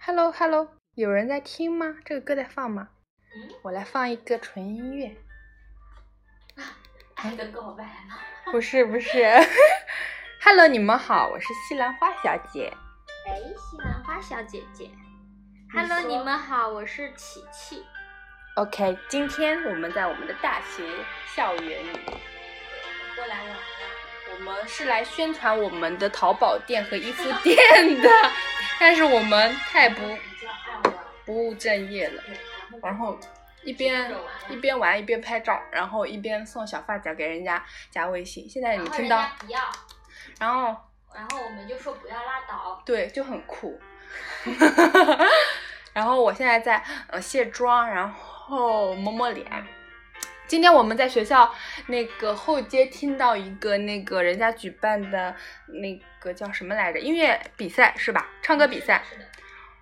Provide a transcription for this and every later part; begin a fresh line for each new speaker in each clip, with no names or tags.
Hello Hello，有人在听吗？这个歌在放吗？
嗯
我来放一个纯音 乐，
爱的告白了。
不是不是。Hello，你们好，我是西兰花小姐。
哎，西兰花小姐姐
，Hello，
，Hello，
你
你
们
们好，我是琪琪。
OK，今天我们在我们的大学校园里，
过来了，
我们是来宣传我们的淘宝店和衣 服店的，但是我们太不
比较爱玩。
不务正业了。然后一边
啊
一边玩一边拍照，然后一边送小发夹给人家加微信。现在你
然
们
后
听
人
到，
家不要，
然后
然后我们就说不要拉倒。
对就很酷。 然后我现在在呃卸妆，然后抹抹脸。今天我们在学校那个后街听到一个那个人家举办的那个叫什么来着音乐比赛是吧？唱歌比赛。
是的，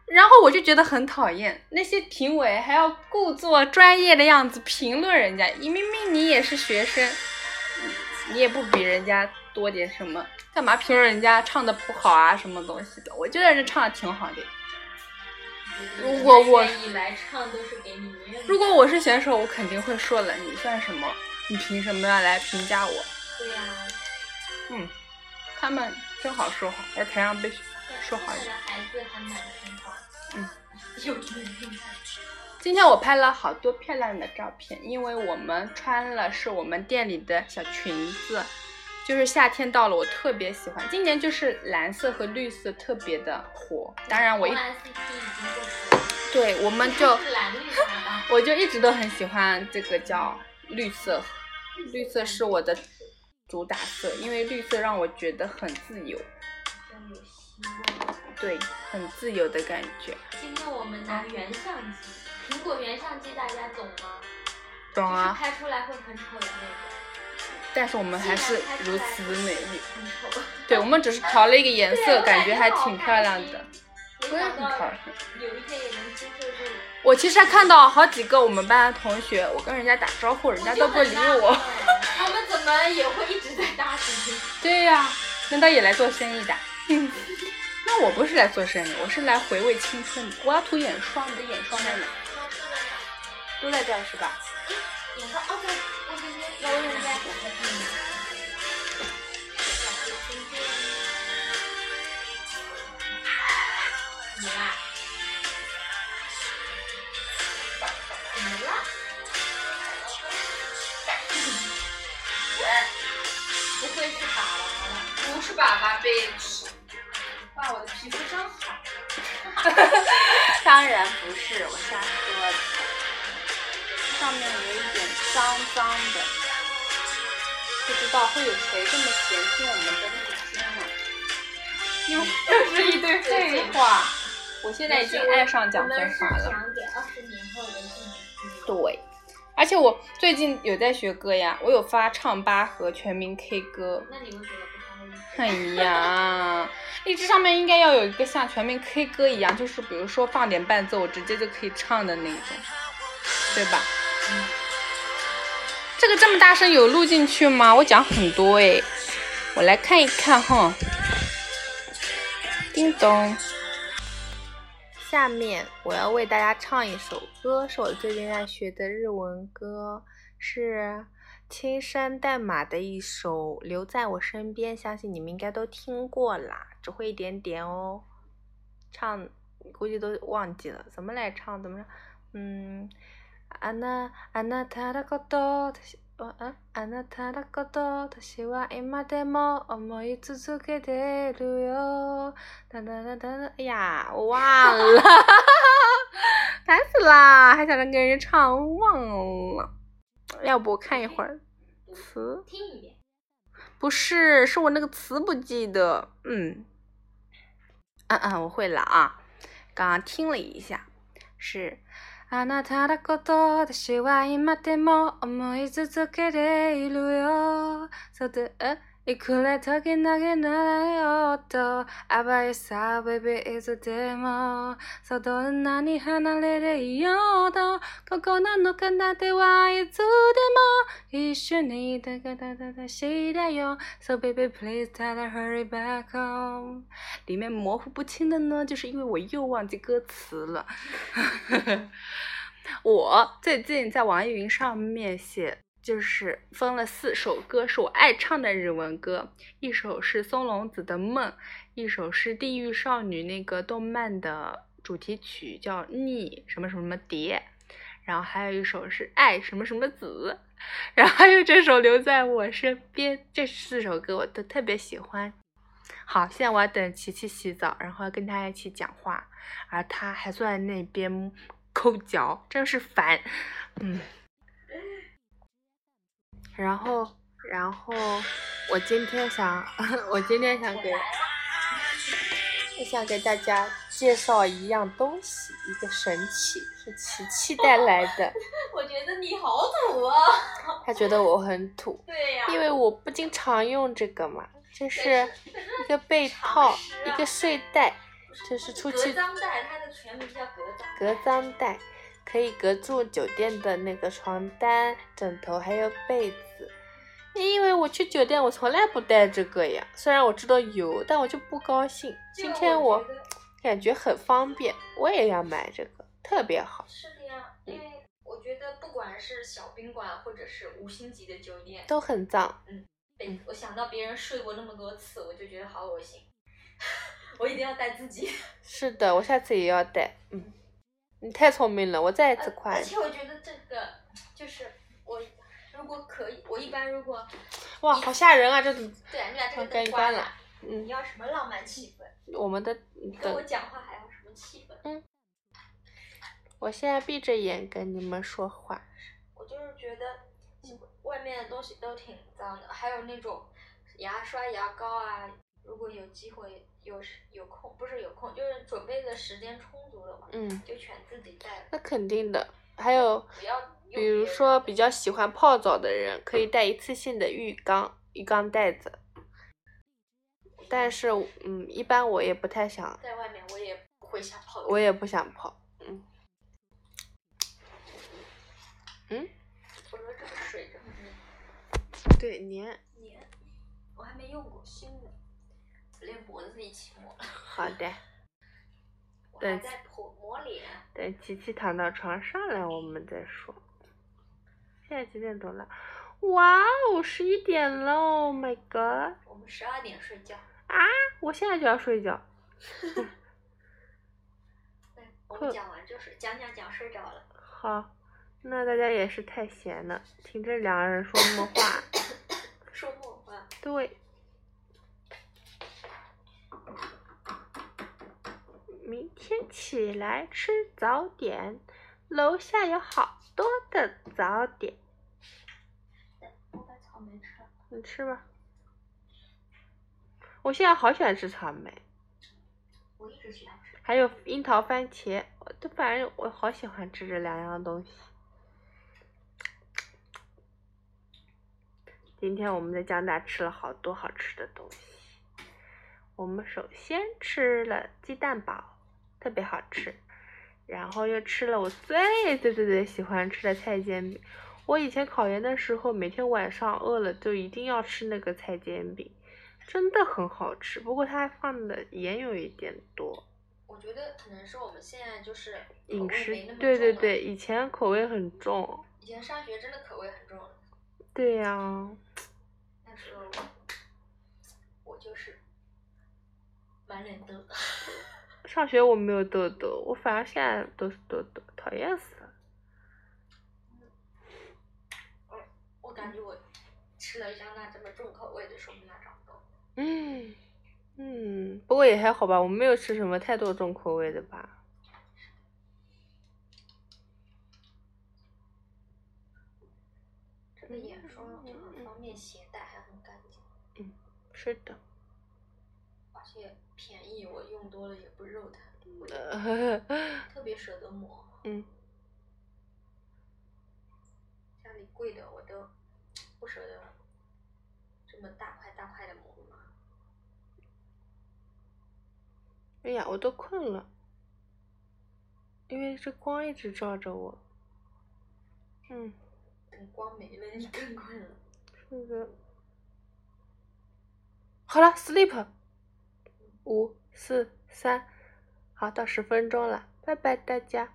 然后我就觉得很讨厌，那些评委还要故作专业的样子评论人家，你明明你也是学生，你你也不比人家多点什么，干嘛评论人家唱的不好啊，什么东西的？我觉得人家唱的挺好的。如果我
愿意来唱都是给你面子。
如果我是选手，我肯定会说了，你算什么？你凭什么要来评价我？
对呀、
他们真好说话，在台上被说好
现在的孩子还蛮听话。
嗯，
有这个病态。
今天我拍了好多漂亮的照片，因为我们穿了是我们店里的小裙子，就是夏天到了，我特别喜欢。今年就是蓝色和绿色特别的火，当然我一
红蓝 CP 已经过时了。
对我们就
蓝绿啥吧。
我就一直都很喜欢这个叫绿色，绿色是我的主打色，因为绿色让我觉得很自由，
真有希望。
对，很自由的感觉，
今天我们拿原相机，苹果原相机大家懂吗？
懂
就是
啊？
拍出来会很丑的那
但是我们
种。
还是
虽然拍出
如
来
此的美丽。
很丑。
对，我们只是调了一个颜
对
色，
我
感觉还挺漂亮的。。
我
我也
也
很
很
讨
讨
厌
有一天也能接受这种。
我其实还看到好几个我们班的同学，我跟人家打招呼，人家都不理
我就很纳闷
我。
他们怎么也会一直在搭讪？
对呀、难道也来做生意的？ 那我不是来做生意，我是来回味青春的。我要涂眼霜，你的眼霜在哪？都在这儿是吧？
眼霜哦，对，卫生间，要卫生间。怎么啦？怎么啦？不会是粑粑吧？
不是粑粑被。哇，我的皮肤真好。 当然不是，我瞎说的。上面有一点脏脏的，不知道会有谁这么嫌弃我们的那个金呢？又又是一堆废话。我现在已经爱上讲废话了。
想给二十年后的自己。
对，而且我最近有在学歌呀，我有发唱吧和全民 K 歌。
那你为什么不 穿卫生
哎呀，荔枝上面应该要有一个像全民 K 歌一样，就是比如说放点伴奏，我直接就可以唱的那种，对吧？
嗯
这个这么大声有录进去吗？我讲很多哎，我来看一看哈。叮咚。下面我要为大家唱一首歌，是我最近在学的日文歌，是青山淡马的一首《留在我身边》，相信你们应该都听过啦，只会一点点哦。唱估计都忘记了，怎么来唱？怎么唱？嗯，あなあなたのこと私はああなたのこと私は今でも思い続けているよ。哒哒哒哒哒，哎呀，我忘了，烦死啦！还想着跟人家唱，忘了。要不我看一会儿词，
听一遍。
不是，是我那个词不记得。嗯，嗯嗯，我会了啊，刚刚听了一下，是。あなたのこと私は今でも思い続けているよ。そうで、えいくらたけなげならよと暴いさ baby いつでもそうどんなに離れていようと心の彼方はいつでも一緒にだがだだだしだよ So baby please tell her hurry back home 里面模糊不清的呢，就是因为我又忘记歌词了。 我最近在网易云上面写，就是分了四首歌是我爱唱的日文歌，一首是松隆子的《梦》，一首是《地狱少女》那个动漫的主题曲叫《逆什么什么什么蝶》，然后还有一首是《爱什么什么子》，然后还有这首《留在我身边》，这四首歌我都特别喜欢。好，现在我要等琪琪洗澡，然后跟她一起讲话，而她还坐在那边抠脚，真是烦。嗯，然后，然后我今天想， 我今天想给，我想给大家介绍一样东西，一个神器，是琪琪带来的。
我觉得你好土 啊！
她觉得我很土，
对呀、
因为我不经常用这个嘛，这是
但是但
一个被套
常，识
一
啊
个睡袋，这是出去
格桑带，它的全名叫格桑。
隔脏袋，可以隔住酒店的那个床单、枕头还有被子。因为我去酒店，我从来不带这个呀。虽然我知道有，但我就不高兴。
这
今
个
天
我
我
觉得
感觉很方便，我也要买这个，特别好。
是的呀，因为我觉得不管是小宾馆或者是五星级的酒店，
都很脏，
被我想到别人睡过那么多次，我就觉得好恶心。 我一定要带自 己。
是的，我下次也要带。嗯，你太聪明了，我再一次夸
而
你。
且我觉得这个就是我，如果可以，我一般如果
哇，好吓人啊！这怎么？
对啊，你把这
好
个
该
灯
关
关
了
了，你
嗯，
要什么浪漫气氛？
我们的
你跟我
的，
讲话还要什么气氛？
我现在闭着眼跟你们说话。
我就是觉得外面的东西都挺脏的，还有那种牙刷、牙膏啊，如果有机会有时有空，不是有空，就是准备的时间充足的话，
嗯，
就全自己带了，
那肯定的。还有。
不要用别
比如
人的
说，比较喜欢泡澡的人，可以带一次性的浴缸、浴缸袋子。但是，嗯，一般我也不太想，
在外面我也不会想泡
我也不想泡。嗯，
我说这个水这么
对，黏。
黏，我还没用过新的，连脖子一起抹，
好的，
我
对
还在抹抹脸。
等琪琪躺到床上来，我们再说。现在几点钟了？哇哦，十一点了！Oh my god！
我们十二点睡觉，
我现在就要睡觉。
对，我
可
们讲完就是讲讲讲睡着了。
好，那大家也是太闲了，听这两个人说梦话。
说梦话，
对。明天起来吃早点，楼下有好多的早点，
我把草莓吃了。
你吃吧。我现在好喜欢吃草莓，
我一直喜欢吃。
还有樱桃、番茄，我都反正我好喜欢吃这两样东西。今天我们在江大吃了好多好吃的东西。我们首先吃了鸡蛋堡，特别好吃，然后又吃了我最最最最喜欢吃的菜煎饼。我以前考研的时候，每天晚上饿了就一定要吃那个菜煎饼，真的很好吃。不过它放的盐有一点多。
我觉得可能是我们现在就是口
饮
味
食
没那么重，啊
对对
了，
对，以前口味很重。
以前上学真的口味很重了，
对呀、
那时候我就是满脸痘。
上学我没有痘痘，我反而现在都是痘痘，讨厌死了。
我感觉我吃了香辣这么重口味的时候，那长痘。
嗯嗯，不过也还好吧，我没有吃什么太多重口味的吧。
这个眼
嗯
霜就很方便携带，还很干净，
是的，
而且便宜，我用多了也不肉疼，我就
呃、
特别舍得抹。
嗯，
家里贵的我都不舍得，这那么大块大块的抹吗？
哎呀，我都困了，因为这光一直照着我。嗯，
等光没了，你更困了。
是的。好了，sleep，五四三，好，到十分钟了，拜拜大家。